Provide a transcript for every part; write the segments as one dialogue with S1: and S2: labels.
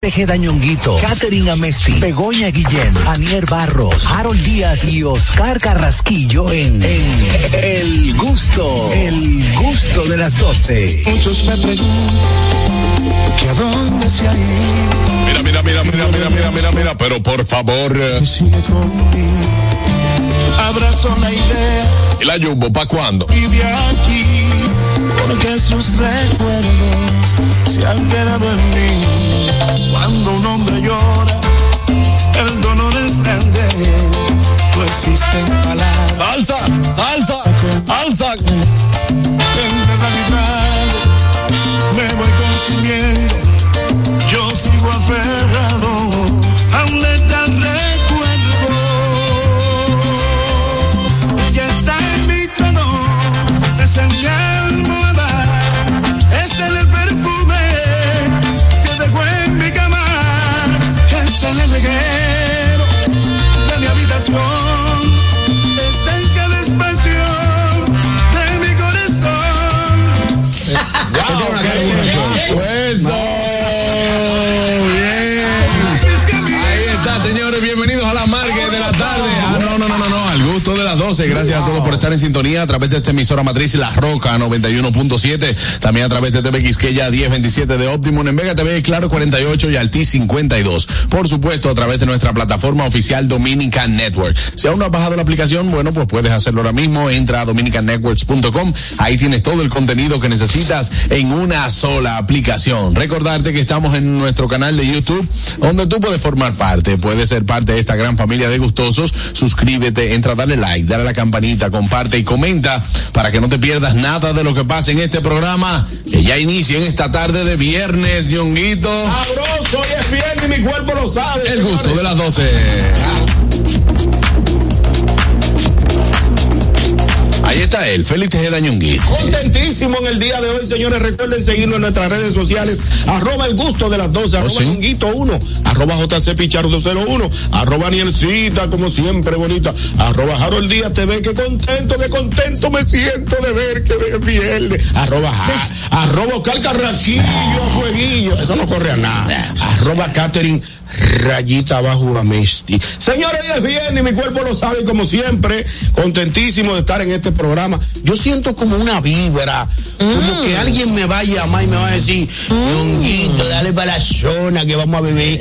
S1: Tejeda Ñonguito, Katherine Amesti, Begoña Guillén, Anier Barros, Harold Díaz y Oscar Carrasquillo en, en El Gusto, El Gusto de las 12.
S2: Muchos me preguntan que a dónde se ha ido.
S3: Mira, mira, mira, mira, mira, mira, mira, mira, pero por favor. eh,
S2: que sigue contigo. Abrazo la idea
S3: ¿Y la Jumbo pa' cuándo?
S2: y vive aquí, porque sus recuerdos se han quedado en mí. Cuando un hombre llora, el dolor es grande, no existen palabras
S3: ¡Salsa! ¡Salsa! ¡Salsa!
S2: que en realidad me voy consumiendo. Yo sigo aferrado a un letal recuerdo. Ya está invitado, esencial almohada, es el perfume que dejó en mi cama, es el reguero de mi habitación, está en cada espacio de mi corazón.
S3: ¡Eso! ¡Bien! Ahí está, señores, bienvenidos a la marca de la tarde. Ah, no, no, no, no, no, al gusto de las 12. Gracias a todos por estar en sintonía a través de esta emisora matriz La Roca 91.7, también a través de TV Quisqueya 1027 de Optimum, en Vega TV Claro 48 y Alti 52. Por supuesto, a través de nuestra plataforma oficial Dominican Network. Si aún no has bajado la aplicación, bueno, pues puedes hacerlo ahora mismo. Entra a dominicannetworks.com. Ahí tienes todo el contenido que necesitas en una sola aplicación. Recordarte que estamos en nuestro canal de YouTube, donde tú puedes formar parte. Puedes ser parte de esta gran familia de gustosos. Suscríbete, entra, dale like, dale a la campanita, comparte y comenta para que no te pierdas nada de lo que pasa en este programa que ya inicia en esta tarde de viernes, Dionguito.
S4: Sabroso y es viernes y mi cuerpo lo sabe.
S3: El gusto de las 12. Ahí está él, Félix Tejeda Ñonguito.
S4: Contentísimo en el día de hoy, señores. Recuerden seguirnos en nuestras redes sociales. Arroba el gusto de las 12, arroba
S3: sí.
S4: Ñonguito 1, arroba JC Pichardo 01, arroba Nielcita, como siempre, bonita, arroba Harold Díaz TV, que contento, que contento me siento de ver que es viernes. Arroba, Ja- arroba Oscar Carrasquillo, Fueguillo, eso no corre a nada. Arroba Catherine rayita abajo la Mesti. Señores, hoy es viernes y mi cuerpo lo sabe, y como siempre, contentísimo de estar en este programa. Yo siento como una vibra, como que alguien me va a llamar y me va a decir, Ñonguito, dale para la zona que vamos a vivir.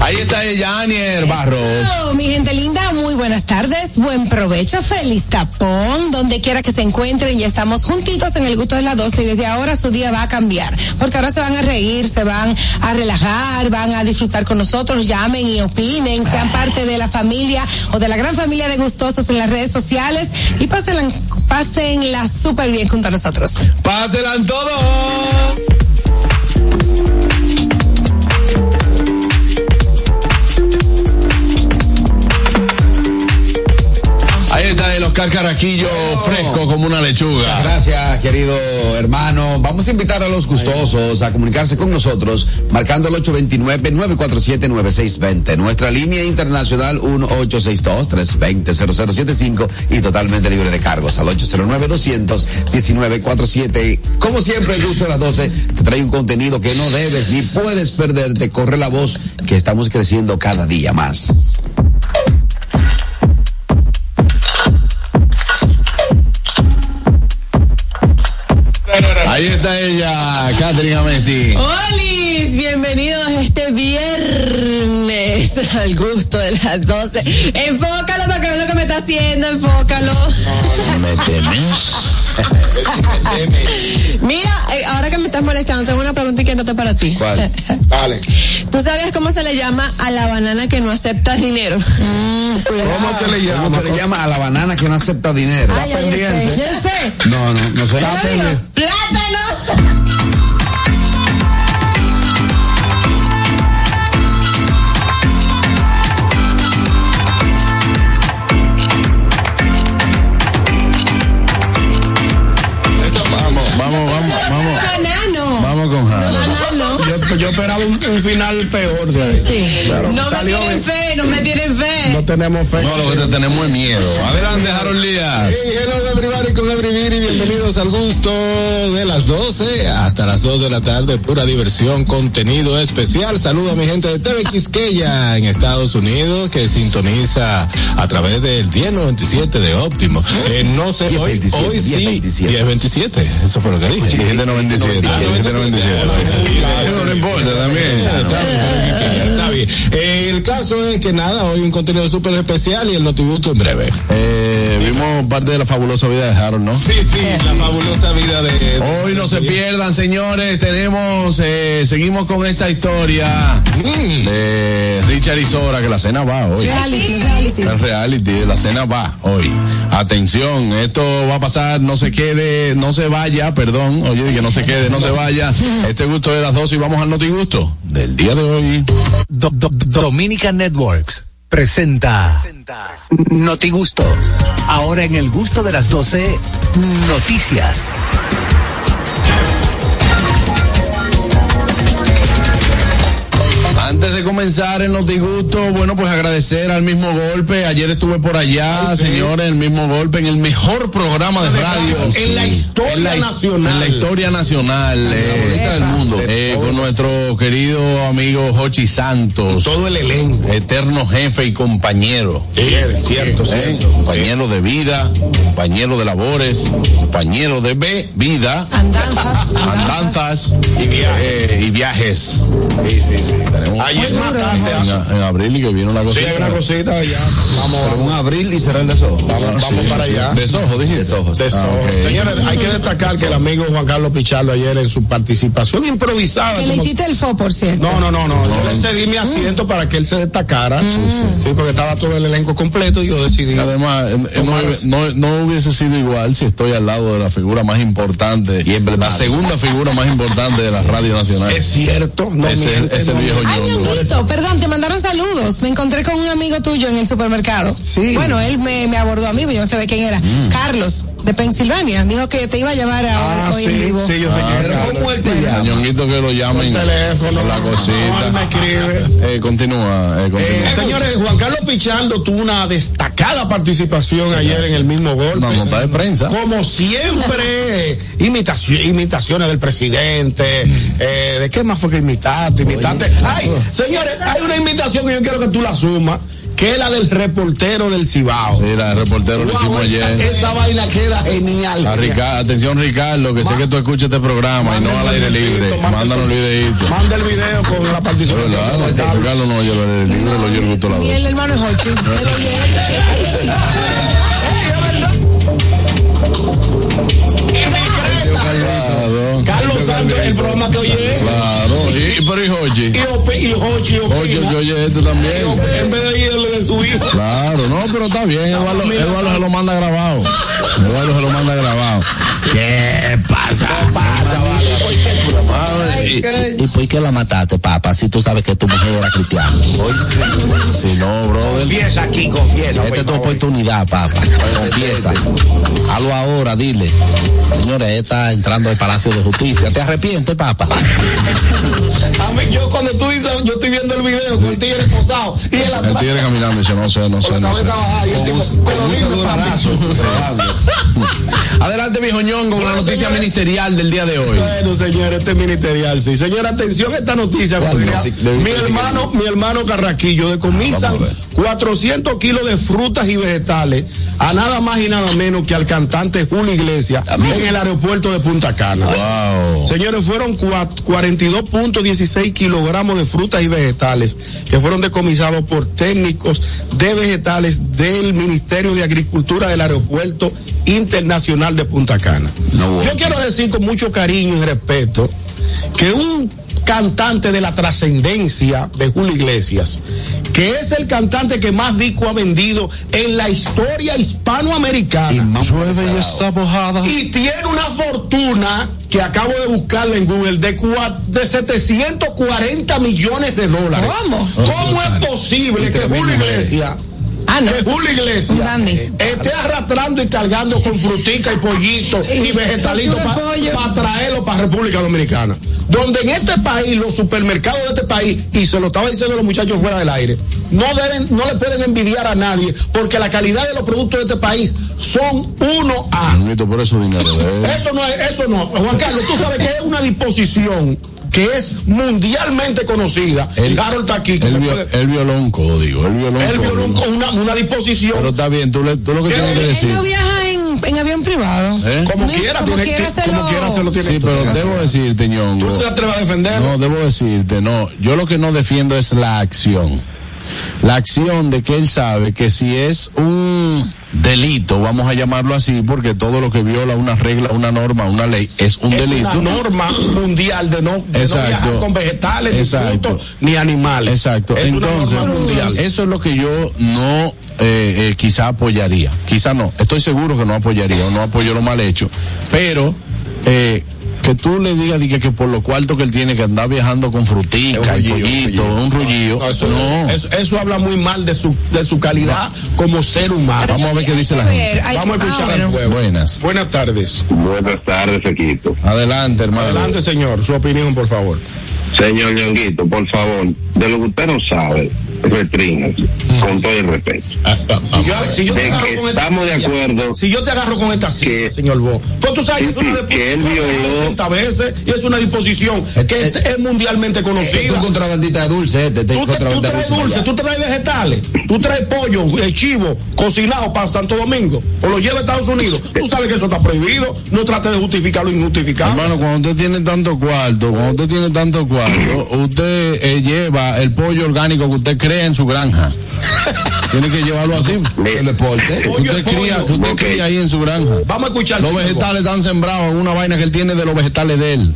S3: Ahí está ella, Anier Barros.
S5: Oh, mi gente linda, muy buenas tardes, buen provecho, feliz tapón, donde quiera que se encuentren, ya estamos juntitos en el gusto de las 12 y desde ahora su día va a cambiar, porque ahora se van a reír, se van a relajar, van a disfrutar con nosotros, llamen y opinen, sean parte de la familia o de la gran familia de gustosos en las redes sociales y pásenla, pásenla súper bien junto a nosotros.
S3: Pásela en todo. Ahí está el Oscar Carraquillo, fresco como una lechuga.
S6: Gracias, querido hermano. Vamos a invitar a los gustosos a comunicarse con nosotros marcando el 829-947-9620. Nuestra línea internacional 1862-320-0075 y totalmente libre de cargos al 809-219-47. Como siempre, el gusto de las 12 te trae un contenido que no debes ni puedes perderte. Corre la voz que estamos creciendo cada día más.
S3: Ahí está ella, Catherine Amesti.
S7: ¡Holis! Bienvenidos este viernes al gusto de las 12. Enfócalo para que veas lo que me está haciendo, enfócalo. Mira, eh, ahora que me estás molestando, tengo una pregunta inquietante para ti.
S6: ¿Cuál?
S4: Dale.
S7: ¿Tú sabías cómo se le llama a la banana que no acepta dinero? Mm, pues,
S4: ¿Cómo se le
S6: ¿Cómo se le llama a la banana que no acepta dinero?
S7: Ay, ay, yo sé, yo sé.
S6: No, no, no
S7: Te lo digo,
S6: será
S7: ¡Plátano!
S3: Vamos, vamos, vamos, vamos.
S7: ¡Banano!
S3: Vamos con Jaro.
S7: ¡Banano!
S4: Yo, yo esperaba un, un final peor. de ahí.
S5: Sí, sí.
S4: Claro,
S7: No me
S4: salió
S7: tienen
S4: bien.
S7: fe, no me tienen fe.
S4: No tenemos fe.
S3: No, lo que te tenemos es miedo. Adelante, Harold Díaz.
S8: Hey, hello everybody con everybody, bienvenidos al gusto de las 12 hasta las 2 de la tarde, pura diversión, contenido especial. Saludo a mi gente de TV Quisqueya en Estados Unidos que sintoniza a través del 1097 de Óptimo. Eh, no sé, hoy,
S6: 1027,
S8: hoy sí,
S6: 1027.
S8: 1027, eso fue lo que dije.
S3: Dijiste 97. Dijiste 97. sí. Eso no importa también.
S8: Está bien, está bien. Eh, el caso es que nada, hoy un contenido súper especial y el notibusto en breve.
S3: Eh, vimos parte de la fabulosa vida de Harold, ¿no?
S8: Sí, sí, la fabulosa vida de...
S3: Hoy no se pierdan, señores. Tenemos, eh, seguimos con esta historia Mm. de Richard Isora, que la cena va hoy.
S5: Reality, reality.
S3: El reality, la cena va hoy. Atención, esto va a pasar, no se quede, no se vaya, perdón. Oye, que no se quede, no se vaya. Este gusto de las dos y vamos al notigusto del día de hoy.
S1: Do- do- Dominica Networks presenta Notigusto. Ahora en el gusto de las 12, noticias.
S3: Antes de comenzar en los disgustos, bueno, pues agradecer al mismo golpe. Ayer estuve por allá, señores, el mismo golpe en el mejor programa de radio.
S4: En la historia
S3: En la his-
S4: nacional.
S3: En la historia nacional. eh, del mundo. Eh, con nuestro querido amigo Jochi Santos.
S4: Todo el elenco.
S3: Eterno jefe y compañero.
S4: Sí, es cierto,
S3: ¿eh?
S4: cierto.
S3: Compañero de vida, compañero de labores, compañero de be- vida,
S5: Andanzas.
S3: andanzas
S4: Y viajes.
S3: eh, y viajes.
S4: Sí, sí, sí.
S3: Tenemos-
S4: Ayer mataste a.
S3: En, en abril y que viene una
S4: ¿ah? Sí,
S3: cosita.
S4: hay una cosita allá. Vamos,
S6: Un abrir y cerrar los ojos.
S3: Ah,
S4: vamos, vamos para allá.
S3: Desojo, dije. Desojo.
S4: Eso. Señores, hay que destacar que el amigo Juan Carlos Pichardo ayer en su participación improvisada.
S5: Que le
S4: como-
S5: hiciste el fo, por cierto.
S4: No, no, no, no. Yo le cedí mi asiento para que él se destacara. Sí, sí. porque estaba todo el elenco completo y yo decidí.
S3: Además, eh, eh, no,
S4: Tomaros.
S3: no, no hubiese sido igual si estoy al lado de la figura más importante,
S6: Y
S3: la
S6: emblemática.
S3: segunda figura más importante de la radio nacional.
S4: Es cierto, no
S3: ese
S4: miente,
S3: ese
S4: no
S3: Luis
S4: miente.
S5: Ay,
S3: Oñongo.
S5: Ñonguito, perdón, te mandaron saludos. Me encontré con un amigo tuyo en el supermercado.
S4: Sí. Mm.
S5: Bueno, él me, me abordó a mí, pero yo no sé de quién era. Carlos, de Pensilvania. Dijo que te iba a llamar ahora,
S4: Ah,
S5: hoy en
S4: sí,
S5: vivo.
S4: sí, yo sé
S3: Ah.
S4: que era.
S6: ¿Cómo él te
S3: A
S6: llama?
S3: Ñonguito que lo llamen.
S4: Teléfono,
S3: con la
S4: no,
S3: cosita.
S4: él me escribe.
S3: Eh, continúa, eh, continúa.
S4: Eh, señores, Juan Carlos Pichardo tuvo una destacada participación ayer en el mismo golpe.
S3: Una nota de prensa.
S4: Como siempre, imitación, imitaciones del presidente.
S3: Mm.
S4: eh, ¿De qué más fue que imitaste? Imitaste. Ay, señores, hay una imitación que yo quiero que tú la sumas, que es la del reportero del Cibao.
S3: Sí, la reportero lo
S4: Wow,
S3: hicimos
S4: esa,
S3: ayer.
S4: esa vaina queda genial.
S3: A Rica- atención Ricardo, que sé que tú escuchas este programa y no al aire libre. Mándanos un videito.
S4: Manda el video con la participación.
S3: Claro,
S4: de Juan
S3: porque
S4: Carlos.
S3: Ricardo no oye al aire libre, lo oye el gusto de las
S5: Ni
S3: doce.
S5: el hermano es Hochi. Él oye.
S3: Claro.
S4: Carlos Santos, el programa que oye.
S3: Claro, y, pero y Jochi.
S4: Y, Ope- y Hochi opina.
S3: Jochi, yo oye esto también.
S4: En vez de irle de su hijo.
S3: Claro, no, pero está bien, Eduardo, Eduardo se lo manda grabado. Eduardo se lo manda grabado. ¿Qué pasa?
S5: Ay, coño.
S6: ¿Y por qué la mataste, papá? Si tú sabes que tu mujer era cristiana.
S3: Si no, brother.
S6: Confiesa aquí, confiesa. Esta es tu oportunidad, papá. Confiesa. Hazlo ahora, dile. Señores, está entrando al Palacio de Justicia. ¿Te arrepientes, papá?
S4: A mí, yo cuando tú dices, yo estoy viendo el video con el tigre posado y él
S3: El
S4: atrás
S3: tigre caminando dice, no sé, no sé,
S4: con la
S3: no sé.
S4: cabeza bajada y el tipo con los libros para atrás.
S3: Adelante, mi joñón, con la noticia ministerial del día de hoy.
S4: Bueno, señor, este es ministerial, sí. Señor, atención a esta noticia. Juan.
S6: sí, de-
S4: mi
S6: sí,
S4: hermano, mi hermano Carraquillo decomisan
S6: Ah, Vamos
S4: 400 kilos de frutas y vegetales a nada más y nada menos que al cantante Julio Iglesias en el aeropuerto de Punta Cana.
S3: Wow.
S4: Señores, fueron cua- 42.16 kilogramos de frutas y vegetales que fueron decomisados por técnicos de vegetales del Ministerio de Agricultura del Aeropuerto Internacional de Punta Cana. Yo quiero decir con mucho cariño y respeto que un cantante de la trascendencia de Julio Iglesias, que es el cantante que más disco ha vendido en la historia hispanoamericana
S3: Llueve y está mojada.
S4: y tiene una fortuna que acabo de buscarla en Google de, cua- de 740 millones de dólares.
S5: ¿Cómo?
S4: ¿Cómo es posible que Julio Iglesias
S5: Ah, no.
S4: que Julio Iglesias
S5: Un dandy.
S4: esté arrastrando y cargando con frutica y pollito y
S5: Y
S4: vegetalitos
S5: pechuga de pollo.
S4: para traerlo para República Dominicana. Donde en este país, los supermercados de este país, y se lo estaba diciendo a los muchachos fuera del aire, no deben, no le pueden envidiar a nadie, porque la calidad de los productos de este país son 1A.
S3: Manito, por eso dinero de él.
S4: Eso no es, eso no. Juan Carlos, tú sabes que es una disposición que es mundialmente conocida.
S3: El-
S4: El, Harold está aquí. que
S3: Él
S4: me
S3: vio,
S4: puede-
S3: él violó un código, él violó un
S4: él
S3: código.
S4: violó un- una, una disposición.
S3: Pero está bien, tú, le- tú lo que
S4: ¿Qué?
S3: tienes que
S4: Él
S5: Él
S3: decir.
S5: no viaja en, en avión privado.
S3: ¿eh?
S4: como
S5: no,
S4: quiera,
S5: como
S4: tiene
S5: quiera
S4: que-
S5: se
S4: como
S5: lo-
S4: quiera se lo tiene.
S3: Sí, pero
S6: que
S3: debo
S6: hacer.
S3: decirte,
S4: ¿Tú
S3: ñongo.
S4: no te atreves a defender?
S3: No, debo decirte, no. Yo lo que no defiendo es la acción. La acción de que él sabe que si es un delito, vamos a llamarlo así, porque todo lo que viola una regla, una norma, una ley, es un
S4: es
S3: delito.
S4: una norma mundial de no, de no
S3: Exacto.
S4: viajar con vegetales, ni
S3: Exacto.
S4: frutos, ni animales.
S3: Exacto.
S4: Es
S3: Entonces, eh,
S4: una norma mundial.
S3: eso es lo que yo no eh, eh, quizá apoyaría. Quizá no. Estoy seguro que no apoyaría o no apoyo lo mal hecho. Pero eh, que tú le digas di que, que por lo cuarto que él tiene que andar viajando con frutica,
S6: Es
S3: y
S6: un rullillo,
S3: pollito, un rullillo.
S4: No, eso,
S3: No.
S4: eso- eso habla muy mal de su, de su calidad como ser humano.
S3: Vamos a ver qué
S5: Hay
S3: dice
S5: que
S3: la
S5: ver,
S3: gente.
S5: hay
S4: Vamos
S5: que-
S4: a escuchar
S5: ah,
S4: al
S5: bueno.
S4: pueblo.
S3: Buenas.
S4: Buenas tardes.
S9: Buenas tardes, equipo.
S3: Adelante, hermano.
S4: Adelante, señor. Su opinión, por favor.
S9: Señor Ñonguito, por favor, de lo que usted no sabe, retrínase, con todo el respeto.
S3: Ah,
S4: Si yo, si yo
S9: De
S4: te agarro
S9: que
S4: Ah, con esta
S9: estamos de
S4: silla,
S9: acuerdo.
S4: Si yo te agarro con esta silla,
S9: Que-
S4: señor Bo. Pues tú sabes que es
S9: Sí,
S4: una
S9: sí, que él
S4: disposición
S9: violó.
S4: 80 veces y es una disposición que
S6: eh,
S4: es, es mundialmente
S6: Tú
S4: conocida.
S6: contrabandista de
S3: eh,
S6: dulce, este, este
S4: Tú, te- tú
S6: contrabandista de
S4: traes dulce, tú traes vegetales, tú traes pollo, eh, chivo, cocinado para Santo Domingo, o lo lleva a Estados Unidos. Tú sabes que eso está prohibido, no trates de justificar lo injustificable.
S3: Hermano, cuando usted tiene tanto cuarto, cuando usted tiene tanto cuarto, usted eh, lleva el pollo orgánico que usted crea en su granja. tiene que llevarlo así.
S6: El deporte.
S4: Pollo
S3: usted
S4: es pollo.
S3: cría, que usted
S9: Ok.
S3: cría ahí en su granja.
S4: Vamos a escuchar.
S3: Los
S4: señor
S3: vegetales están sembrados en una vaina que él tiene de los vegetales de él.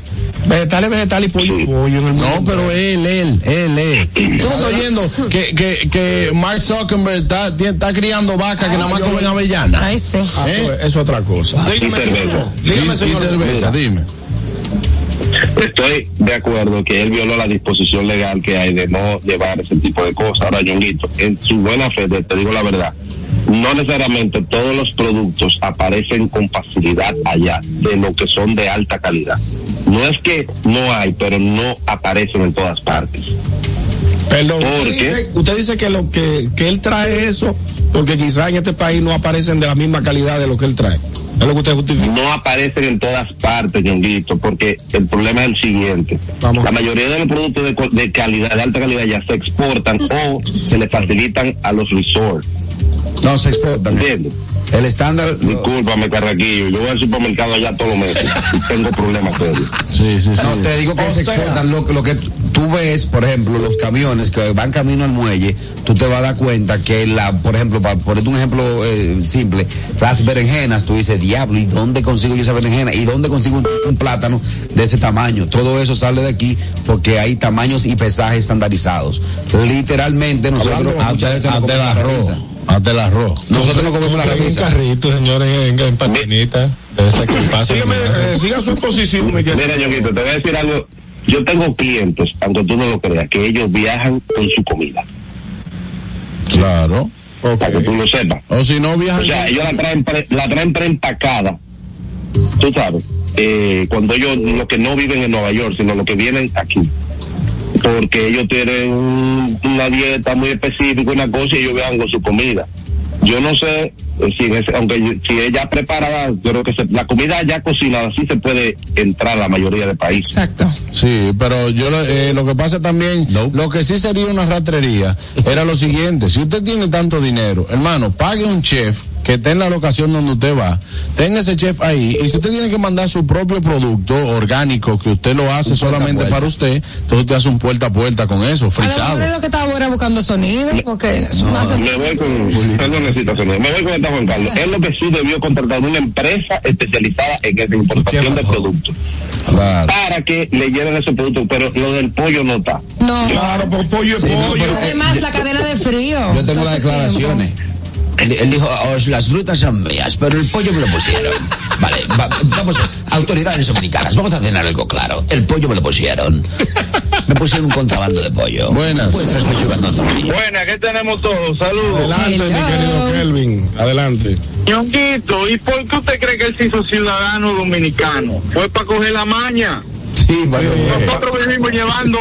S4: Bo. Vegetales, vegetales y pollo. pollo en el
S3: No,
S4: mundo.
S3: pero él, él, él, él. ¿Tú no estás oyendo que, que, que Mark Zuckerberg está, tiene- está criando vacas que nada más comen avellana?
S5: Ah, Ay, sí.
S4: Ah,
S3: ¿eh?
S4: pues, es otra cosa. Dígame,
S9: Y cerveza.
S4: señor.
S3: Y,
S4: Dígame,
S3: y
S4: señor.
S3: cerveza, dime.
S9: Estoy de acuerdo que él violó la disposición legal que hay de no llevar ese tipo de cosas. Ahora, Ñonguito, en su buena fe, te te digo la verdad, no necesariamente todos los productos aparecen con facilidad allá de lo que son de alta calidad. No es que no hay, pero no aparecen en todas partes.
S4: Perdón, usted
S9: ¿Por qué?
S4: dice, usted dice que lo que, que él trae eso porque quizás en este país no aparecen de la misma calidad de lo que él trae. Es lo que usted justifica.
S9: no aparecen en todas partes, Ñonguito, porque el problema es el siguiente.
S4: Vamos.
S9: La mayoría de los productos de, co- de calidad, de alta calidad, ya se exportan o se les facilitan a los resorts.
S6: No se exportan.
S9: ¿Entiendes?
S6: El estándar. no,
S9: Discúlpame, Carraquillo. Yo voy al supermercado allá todos los meses y tengo problemas serios.
S3: Sí, sí, sí.
S6: No, te digo que
S4: O
S6: se
S4: sea-
S6: exportan. Lo, lo que tú ves, por ejemplo, los camiones que van camino al muelle, tú te vas a dar cuenta que, la, por ejemplo, para ponerte un ejemplo eh, simple, las berenjenas, tú dices, diablo, ¿y dónde consigo yo esa berenjena? ¿Y dónde consigo un, un plátano de ese tamaño? Todo eso sale de aquí porque hay tamaños y pesajes estandarizados. Literalmente nosotros
S4: Hablando-
S6: muchas veces nos
S3: Hasta el
S6: comemos la
S3: arroz.
S6: remisa.
S3: Hasta el arroz.
S6: Nosotros no comemos la
S8: Compré un
S6: remisa.
S8: carrito, señores, en, en patinita. De esa que pasa.
S4: Sígueme, eh, siga su posición, mi querido.
S9: Mira, Ñonguito, te voy a decir algo. Yo tengo clientes, aunque tú no lo creas, que ellos viajan con su comida.
S3: Claro.
S9: Para que tú lo sepas.
S3: O si no
S9: O
S3: viajan.
S9: sea, ellos la traen, pre- la traen preempacada. Tú sabes, eh, cuando ellos, los que no viven en Nueva York, sino los que vienen aquí. Porque ellos tienen un- una dieta muy específica, una cosa, y ellos vean con su comida. Yo no sé eh, si, en ese- aunque yo- si ella preparada, yo creo que se- la comida ya cocinada sí se puede entrar a la mayoría de países.
S5: Exacto.
S3: Sí, pero yo lo- eh, lo que pasa también, lo que sí sería una rastrería, era lo siguiente, si usted tiene tanto dinero, hermano, pague un chef que esté en la locación donde usted va, tenga ese chef ahí, y si usted tiene que mandar su propio producto orgánico, que usted lo hace solamente para usted, entonces usted hace un puerta a puerta con eso,
S5: A lo
S3: frisado.
S5: mejor es lo que estaba ahora buscando sonido, porque es una
S9: Me voy con, perdón, necesito sonido. me voy con esta Juan Carlos. Es lo que sí debió contratar una empresa especializada en esa importación de productos.
S3: Claro.
S9: para que le lleven esos productos, pero lo del pollo no está.
S5: No.
S4: Claro, por pollo es pollo.
S5: Además, la cadena de frío.
S6: Yo tengo las
S5: Entonces,
S6: declaraciones. Él, él dijo, "Os las frutas son mías, pero el pollo me lo pusieron. Vale, va- vamos, autoridades dominicanas, vamos a cenar algo claro. El pollo me lo pusieron. Me pusieron un contrabando de pollo. Pues,
S3: Buenas.
S6: Vuestras pechugas no son mías.
S9: Buena, ¿qué tenemos todos? Saludos.
S4: Adelante, mi querido Kelvin. Adelante.
S9: Ñonguito, ¿y por qué usted cree que él se hizo ciudadano dominicano? Fue para coger la maña.
S6: Sí, vale.
S9: Nosotros vivimos llevando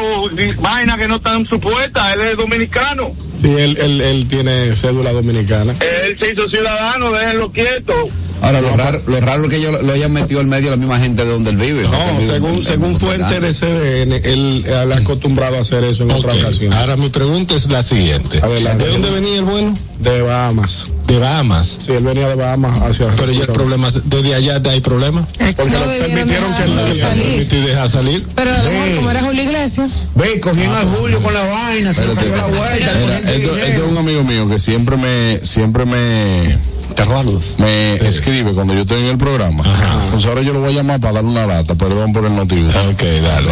S9: vainas que no están supuestas. Él es dominicano.
S4: Sí, él, él, él tiene cédula dominicana.
S9: Él se hizo ciudadano, déjenlo quieto.
S6: Ahora, lo raro, lo raro es que yo lo hayan metido al medio la misma gente de donde él vive. Porque él
S4: No,
S6: vive
S4: según,
S6: en-
S4: según
S6: en-
S4: fuente de CDN, él, él ha acostumbrado a hacer eso en otra
S8: Ok,
S4: ocasión.
S3: Ah,
S8: Ahora mi pregunta es la siguiente.
S4: Adelante.
S8: ¿De dónde venía el vuelo?
S4: De Bahamas.
S8: De Bahamas.
S4: Sí, él venía de Bahamas hacia.
S8: Pero ya el problema, es- desde allá hay problema.
S4: Porque
S5: No
S4: le
S5: debieron
S4: permitieron que él-
S5: dejarlo
S4: que le
S5: salir.
S8: ¿Permití dejar salir?
S5: Pero a lo mejor, como era Julio Iglesias,
S6: Ve, cogían
S8: Ah,
S6: a Julio con la vaina, se le cayó la vuelta. le
S3: Mira,
S6: ponían
S3: esto,
S6: tiguerero.
S3: esto es un amigo mío que siempre me, siempre me,
S6: Te roban.
S3: me escribe cuando yo estoy en el programa. Entonces ahora yo lo voy a llamar para darle una lata, perdón por el motivo. Ok, dale.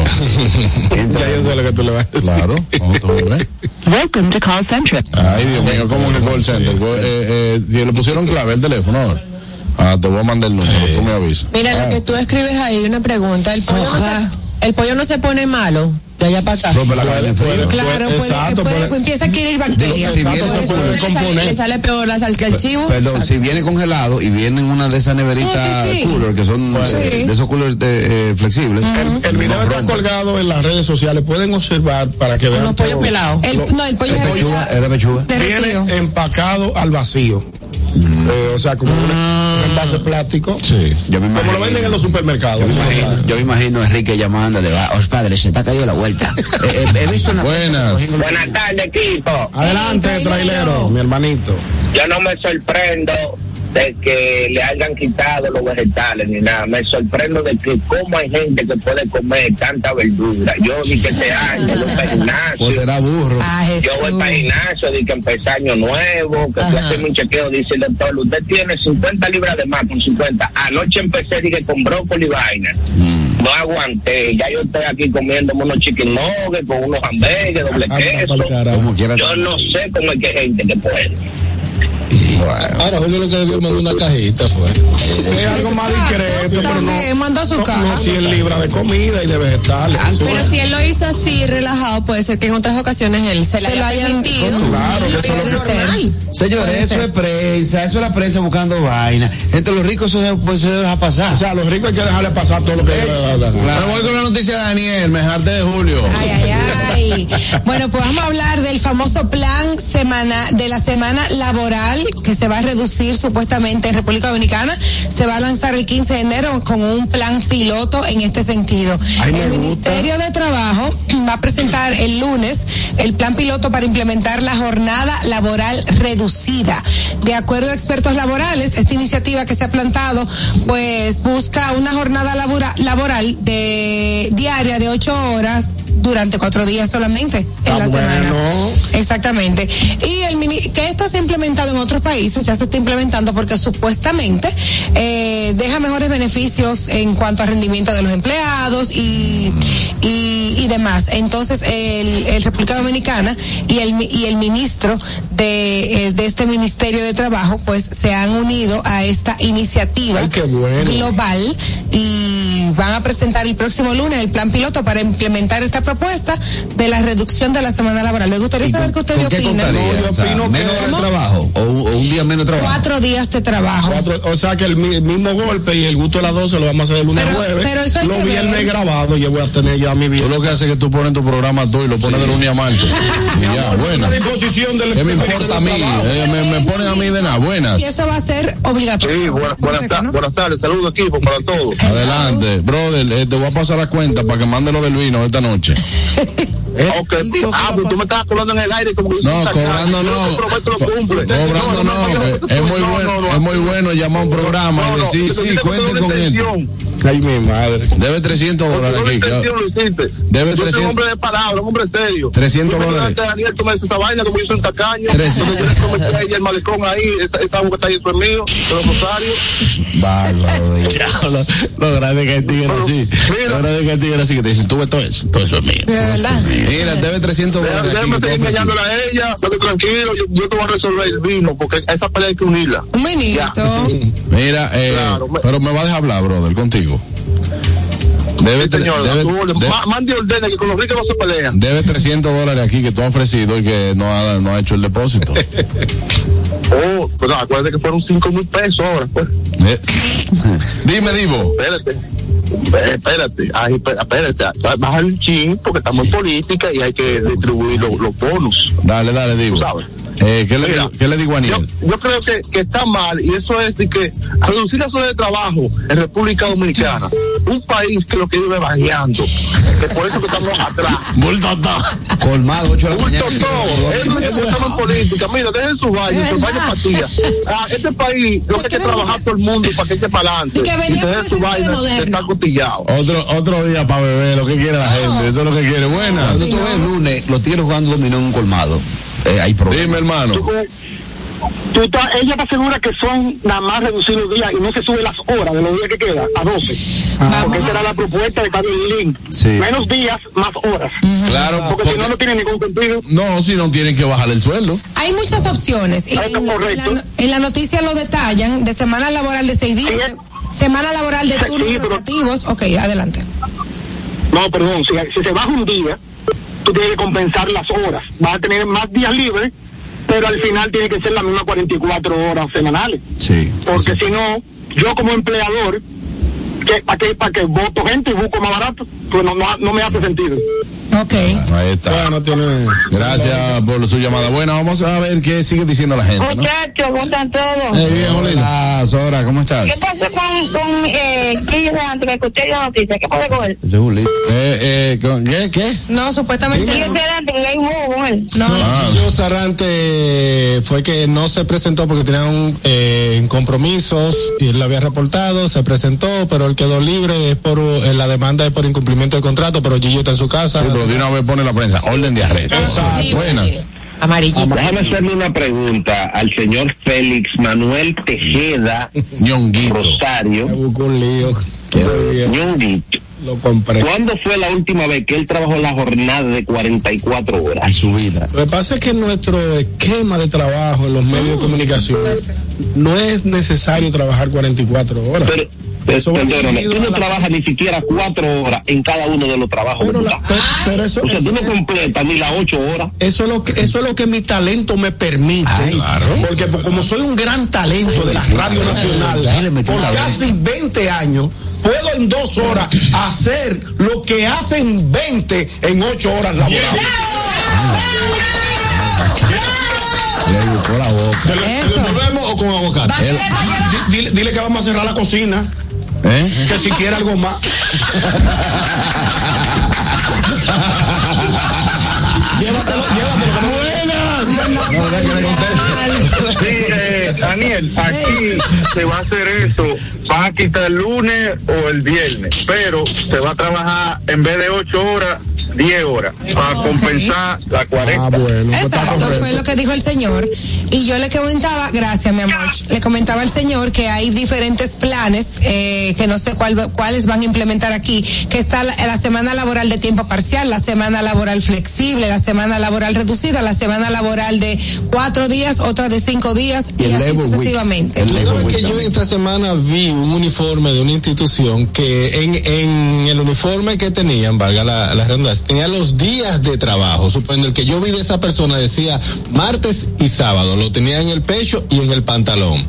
S4: Ya yo sé lo que tú le vas a decir.
S3: claro, vamos, tú ves.
S10: Welcome to call center.
S3: Ay, Dios mío, como en el call center. Eh, eh, si le pusieron clave el teléfono ahora. Ah, te voy a mandar el número, tú me avisas.
S7: Mira,
S3: Ah,
S7: lo que tú escribes ahí, una pregunta. El pollo, no
S5: Ajá.
S7: se, el pollo no se pone malo de allá para acá.
S6: Rompe la cadena de fuego.
S5: claro, puede,
S4: exacto,
S5: puede-
S4: puede-
S5: pues empieza a adquirir bacterias.
S6: si
S5: Puede
S6: viene-
S5: ser.
S4: puede-
S7: Le sale, le sale peor la sal que el chivo.
S6: Perdón, si viene congelado y viene en una de esas neveritas
S5: No, sí, sí.
S6: cooler, que son
S5: Sí.
S6: eh, de esos coolers de, eh, flexibles.
S4: El, el video está colgado en las redes sociales. Pueden observar para que vean.
S7: Unos pollos
S4: todo.
S7: pelados.
S5: El, no, el pollo
S6: Era
S5: es
S6: pechuga, era pechuga.
S5: derretido.
S4: Viene empacado al vacío. Eh, o sea, como un-
S5: Ah.
S4: un envase plástico.
S8: Sí.
S6: Yo me
S4: Como lo venden en los supermercados.
S6: Yo me imagino- Yo me imagino a Enrique llamándole, va, os padres, se te ha caído la vuelta. Eh, eh, he visto una
S3: Buenas.
S9: Buenas tardes, equipo.
S4: Adelante,
S5: Ey, trailero.
S4: trailero, mi hermanito.
S9: Yo no me sorprendo de que le hayan quitado los vegetales ni nada. Me sorprendo de que cómo hay gente que puede comer tanta verdura. Yo dije este año, yo voy para
S6: Pues
S9: gimnasio.
S6: será burro.
S5: Ah, Jesús.
S9: Yo voy para gimnasio, dije que empecé año nuevo, que tú
S7: Ajá.
S9: haces un chequeo, dice el doctor, usted tiene 50 libras de más con 50. Anoche empecé, dije, con brócoli y vaina. No aguanté, ya yo estoy aquí comiéndome unos chicken nuggets con unos hamburgues, doble
S4: Anda pa'l
S9: queso.
S4: carajo.
S6: Como quiera.
S9: Yo no sé cómo es que hay gente que puede.
S8: Ahora Julio lo que debió mandó una cajita fue.
S4: Es algo más
S5: Ah, Exacto,
S4: discreto, pero no.
S5: también, manda a su
S4: no-
S5: casa.
S4: No 100 libras de comida y de vegetales. Eso
S7: Pero
S4: es-
S7: si él lo hizo así, relajado, puede ser que en otras ocasiones él se,
S5: Se
S7: le
S5: lo
S7: haya
S5: hayan-
S7: permitido.
S4: Claro, que eso es lo que-
S7: Puede ser.
S6: Señores, eso es prensa, eso es la prensa buscando vaina. Entre los ricos eso de- pues, se deja pasar.
S4: O sea, a los ricos hay que dejarle pasar todo lo que
S3: Ahora voy con la noticia de Daniel, mejarte de Julio.
S5: Ay, ay, ay. Bueno, pues vamos a hablar del famoso plan semana, de la semana laboral que se va a reducir supuestamente en República Dominicana. Se va a lanzar el 15 de enero con un plan piloto en este sentido.
S6: Ay, me
S5: el
S6: gusta.
S5: Ministerio de Trabajo va a presentar el lunes el plan piloto para implementar la jornada laboral reducida. De acuerdo a expertos laborales, esta iniciativa que se ha plantado, pues busca una jornada labora- laboral de diaria de ocho horas durante cuatro días solamente en
S4: Ah,
S5: la semana. Exactamente. Y el mini- que esto se ha implementado en otros países, ya se está implementando porque supuestamente eh, deja mejores beneficios en cuanto al rendimiento de los empleados y, y, y demás. Entonces, el, el República Dominicana y el, mi- y el ministro de, eh, de este Ministerio de Trabajo, pues se han unido a esta iniciativa
S4: Ay, qué bueno.
S5: global y van a presentar el próximo lunes el plan piloto para implementar esta propuesta de la reducción de la semana laboral. Me gustaría saber qué ustedes
S6: ¿Con qué
S5: opinan.
S6: contaría?
S4: No, yo
S6: O sea,
S4: opino que-
S6: menos hora de trabajo o, un- o un día menos de trabajo.
S5: Cuatro días de trabajo.
S4: Cuatro- o sea que el, mi- mismo golpe y el gusto de las 12 lo vamos a hacer el lunes
S5: Pero-
S4: jueves.
S5: pero eso hay
S4: lo
S5: que
S4: viernes
S5: ver.
S4: grabado, yo voy a tener ya mi
S3: Tú
S4: vida.
S3: lo que haces es que tú pones tu programa tú y lo pones de lunes a martes. Y ya,
S4: A
S3: buenas.
S4: disposición del
S3: ¿Qué me importa a mí? Eh, me, me ponen a mí de nada, buenas.
S5: Si eso va a ser obligatorio.
S9: Sí, buenas, buenas, ta- buenas tardes, saludos equipo para todos.
S3: Adelante, brother, eh, te voy a pasar la cuenta para que mande lo del vino esta noche.
S9: Ok, ah, pues tú me estabas colando en el aire como que
S3: No,
S9: Saca-
S3: cobrando
S9: yo
S3: no.
S9: te prometo lo cumple.
S3: Cobrando no,
S9: yo-
S3: que es muy
S9: no, no,
S3: bueno,
S9: no.
S3: es muy bueno llamar a un programa
S9: No,
S3: y
S9: no,
S3: decir,
S9: yo te
S3: sí,
S9: tengo que
S3: cuente
S9: dar
S3: con
S9: una
S3: esto.
S9: intención.
S11: Ay, mi madre.
S3: Debe 300 dólares
S10: Porque
S3: aquí.
S10: tú no
S3: claro.
S10: lo hiciste.
S3: Debe
S10: yo soy
S3: 300.
S10: un hombre de palabra, un hombre serio.
S3: 300
S10: Tú me
S3: dólares.
S10: dejaste, Daniel, tú me dices esa vaina como yo soy un tacaño.
S3: 300.
S10: Yo le prometí a ella el malecón ahí, esta, esta agua que está ahí eso es mío, de los rosarios.
S6: Bárbaro. Dios.
S3: Diablo, Lo grande que el tigre así. Lo grande que el tigre así que te dicen, tú ves todo eso. Todo eso es mío.
S5: De verdad.
S3: Mira, debe 300
S10: Déjame
S3: dólares. aquí, que
S10: déjame seguir
S3: te ofrecí.
S10: engañándola a ella, pero tranquilo, yo, yo te voy a resolver el vino, porque a esa pelea hay que unirla.
S5: Un minuto.
S3: Mira, eh,
S10: Claro, me-
S3: pero me va a dejar hablar, brother, contigo. Debe,
S10: Sí,
S3: tre-
S10: señor,
S3: debe-
S10: la tuvo.
S3: de-
S10: Ma- mande ordene que con los ricos no se pelean.
S3: debe 300 dólares aquí que tú has ofrecido y que no ha, no ha hecho el depósito.
S10: Oh, pues no, acuérdate que fueron 5 mil pesos ahora, pues.
S3: Eh, Dime, Divo.
S10: Espérate. Eh, Espérate, ay, espé- espérate, ay, baja el chin porque estamos en política y hay que distribuir los, los bonus.
S3: Dale, dale, Divo.
S10: sabes.
S3: Eh, ¿qué, le,
S10: Mira,
S3: digo- ¿Qué le digo a
S10: Yo,
S3: Aniel?
S10: yo creo que, que está mal y eso es de que reducir la zona de trabajo en República Dominicana, un país que lo que vive bajeando, que por eso que estamos atrás.
S6: Colmado, 8 de la
S10: Un
S6: mañana.
S10: totó, es lo que estamos en política. Mira, dejen sus baños, sus baños pastillas. Ah, este país, lo que hay que trabajar todo el mundo para que esté para adelante.
S5: Y que venía
S10: Y dejen
S5: presidente
S10: sus vainas, que
S5: moderno.
S10: está cotillado.
S3: Otro, otro día para beber, lo que quiere la gente. Eso es lo que quiere. Buenas.
S6: Cuando tú ves el lunes, los tigres jugando dominó en un colmado. Eh, hay problemas.
S3: Dime, hermano.
S10: Tú estás- ella está segura que son nada más reducir los días y no se sube las horas de los días que queda a 12. Porque esa era la propuesta de Carlos Link.
S6: Ah. Sí.
S10: Menos días, más horas.
S3: Claro,
S10: Porque si no, no
S3: porque-
S10: tiene ningún sentido.
S3: no, si no tienen que bajar el sueldo.
S5: Hay muchas opciones. En,
S10: Ah, está
S5: en
S10: correcto.
S5: la, en la noticia lo detallan de semana laboral de seis días,
S10: Sí,
S5: de- semana laboral de
S10: Sí,
S5: turnos
S10: pero-
S5: rotativos. Ok, adelante.
S10: No, perdón, si, si se baja un día, tú tienes que compensar las horas. Vas a tener más días libres, pero al final tiene que ser las mismas 44 horas semanales.
S6: Sí.
S10: Porque si no, yo como empleador, ¿para qué, pa' que voto gente y busco más barato? Pues no, no, no me hace sentido.
S5: Ok.
S3: Ahí está.
S11: Bueno, tiene.
S3: Gracias por su llamada. Bueno, vamos a ver qué sigue diciendo la gente. ¿no?
S12: Muchachos, ¿cómo están todos?
S3: Eh, viejo lindo.
S6: Hola, Sora, ¿cómo estás?
S12: ¿Qué pasó con, con eh, Kirchner antes que escuché la noticia? ¿Qué pasó con él?
S6: Ese es un líder.
S3: Eh, eh, ¿con- ¿Qué? ¿Qué?
S5: No, supuestamente.
S12: Kirchner antes que ya hay un juego con él.
S5: No, no.
S3: Ah.
S4: Yo Sarrante fue que no se presentó porque tenía un, eh, compromisos y él lo había reportado, se presentó, pero él quedó libre, es por eh, la demanda es por incumplimiento de contrato, pero Gillo está en su casa.
S3: Sí, pero de una vez pone la prensa. Orden de arresto. Buenas.
S5: Amarillito.
S10: Déjame
S9: Mm.
S10: hacerle una pregunta al señor Félix Manuel Tejeda
S3: Ñonguito.
S10: Rosario.
S4: Me buscó un lío.
S10: Ñonguito.
S4: Lo compré.
S10: ¿Cuándo fue la última vez que él trabajó la jornada de 44 horas?
S6: Y su vida.
S4: Lo que pasa es que nuestro esquema de trabajo en los medios de comunicación no es necesario trabajar 44 horas.
S10: Pero, pero
S4: Eso va
S10: perdóname,
S4: dirigido
S10: tú
S4: a
S10: no
S4: la-
S10: trabajas ni siquiera cuatro horas en cada uno de los trabajos.
S4: Pero,
S10: que tú
S4: la-
S10: das.
S4: pero eso,
S10: o sea,
S4: eso-
S10: tú no completas ni las ocho horas.
S4: Eso es lo que, eso es lo que mi talento me permite. Porque pues, como soy un gran talento de la Radio
S6: Dale,
S4: Nacional,
S6: metí
S4: por
S6: una vez.
S4: casi 20 años, puedo en dos horas hacer lo que hacen 20 en ocho horas laborales.
S6: Le buscó la boca.
S11: ¿Te lo- te lo
S5: Eso.
S11: envolvemos o con aguacate?
S5: Él-
S11: Di- Dile, dile que vamos a cerrar la cocina,
S3: ¿Eh?
S11: que si quiere algo más. llévatelo, llévatelo. que no-
S6: No, ¿verdad que le conteste?
S10: Sí, Daniel, aquí se va a hacer eso. Va a quitar el lunes o el viernes, pero se va a trabajar en vez de ocho horas, diez horas, para compensar
S4: Ah,
S10: la cuarenta.
S5: Exacto, fue lo que dijo el señor. Y yo le comentaba, gracias mi amor, le comentaba al señor que hay diferentes planes, eh, que no sé cuál, va- cuáles van a implementar aquí, que está la, la semana laboral de tiempo parcial, la semana laboral flexible, la semana laboral reducida, la semana laboral de cuatro días, otra de cinco días y,
S6: Y el
S5: así
S6: Labor Week.
S5: sucesivamente.
S6: El
S4: Tú
S6: Labor
S4: sabes
S6: Week
S4: que yo
S6: también.
S4: esta semana vi un uniforme de una institución que en, en el uniforme que tenían, valga la, la redundancia, tenía los días de trabajo. Supongo el que yo vi de esa persona decía martes y sábado, lo tenía en el pecho y en el pantalón.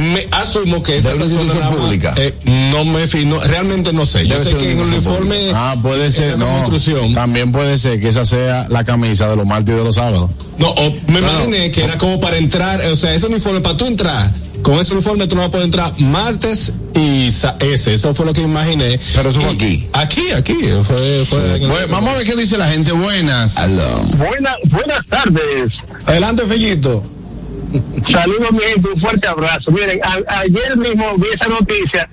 S4: Me asumo que esa
S6: De una
S4: persona
S6: institución
S4: nada más,
S6: pública.
S4: eh, no me fino, realmente no sé. Yo
S6: Debe
S4: sé
S6: ser
S4: que en
S6: una
S4: el
S6: institución
S4: uniforme
S3: Ah, puede
S4: en
S3: ser,
S4: la
S3: no.
S4: construcción.
S3: También puede ser que esa sea la camisa de los martes y de los sábados.
S4: No, o me imaginé que era como para entrar, o sea, ese uniforme, para tú entrar, con ese uniforme tú no vas a poder entrar martes y sa- ese, eso fue lo que imaginé.
S6: Pero eso fue
S4: Y-
S6: aquí.
S4: Aquí, aquí, fue, fue en el-
S3: Bueno, vamos a ver qué dice la gente. Buenas.
S6: Aló.
S10: buenas tardes.
S4: Adelante, Fellito.
S10: Saludos, mi gente, un fuerte abrazo. Miren, a- ayer mismo vi esa noticia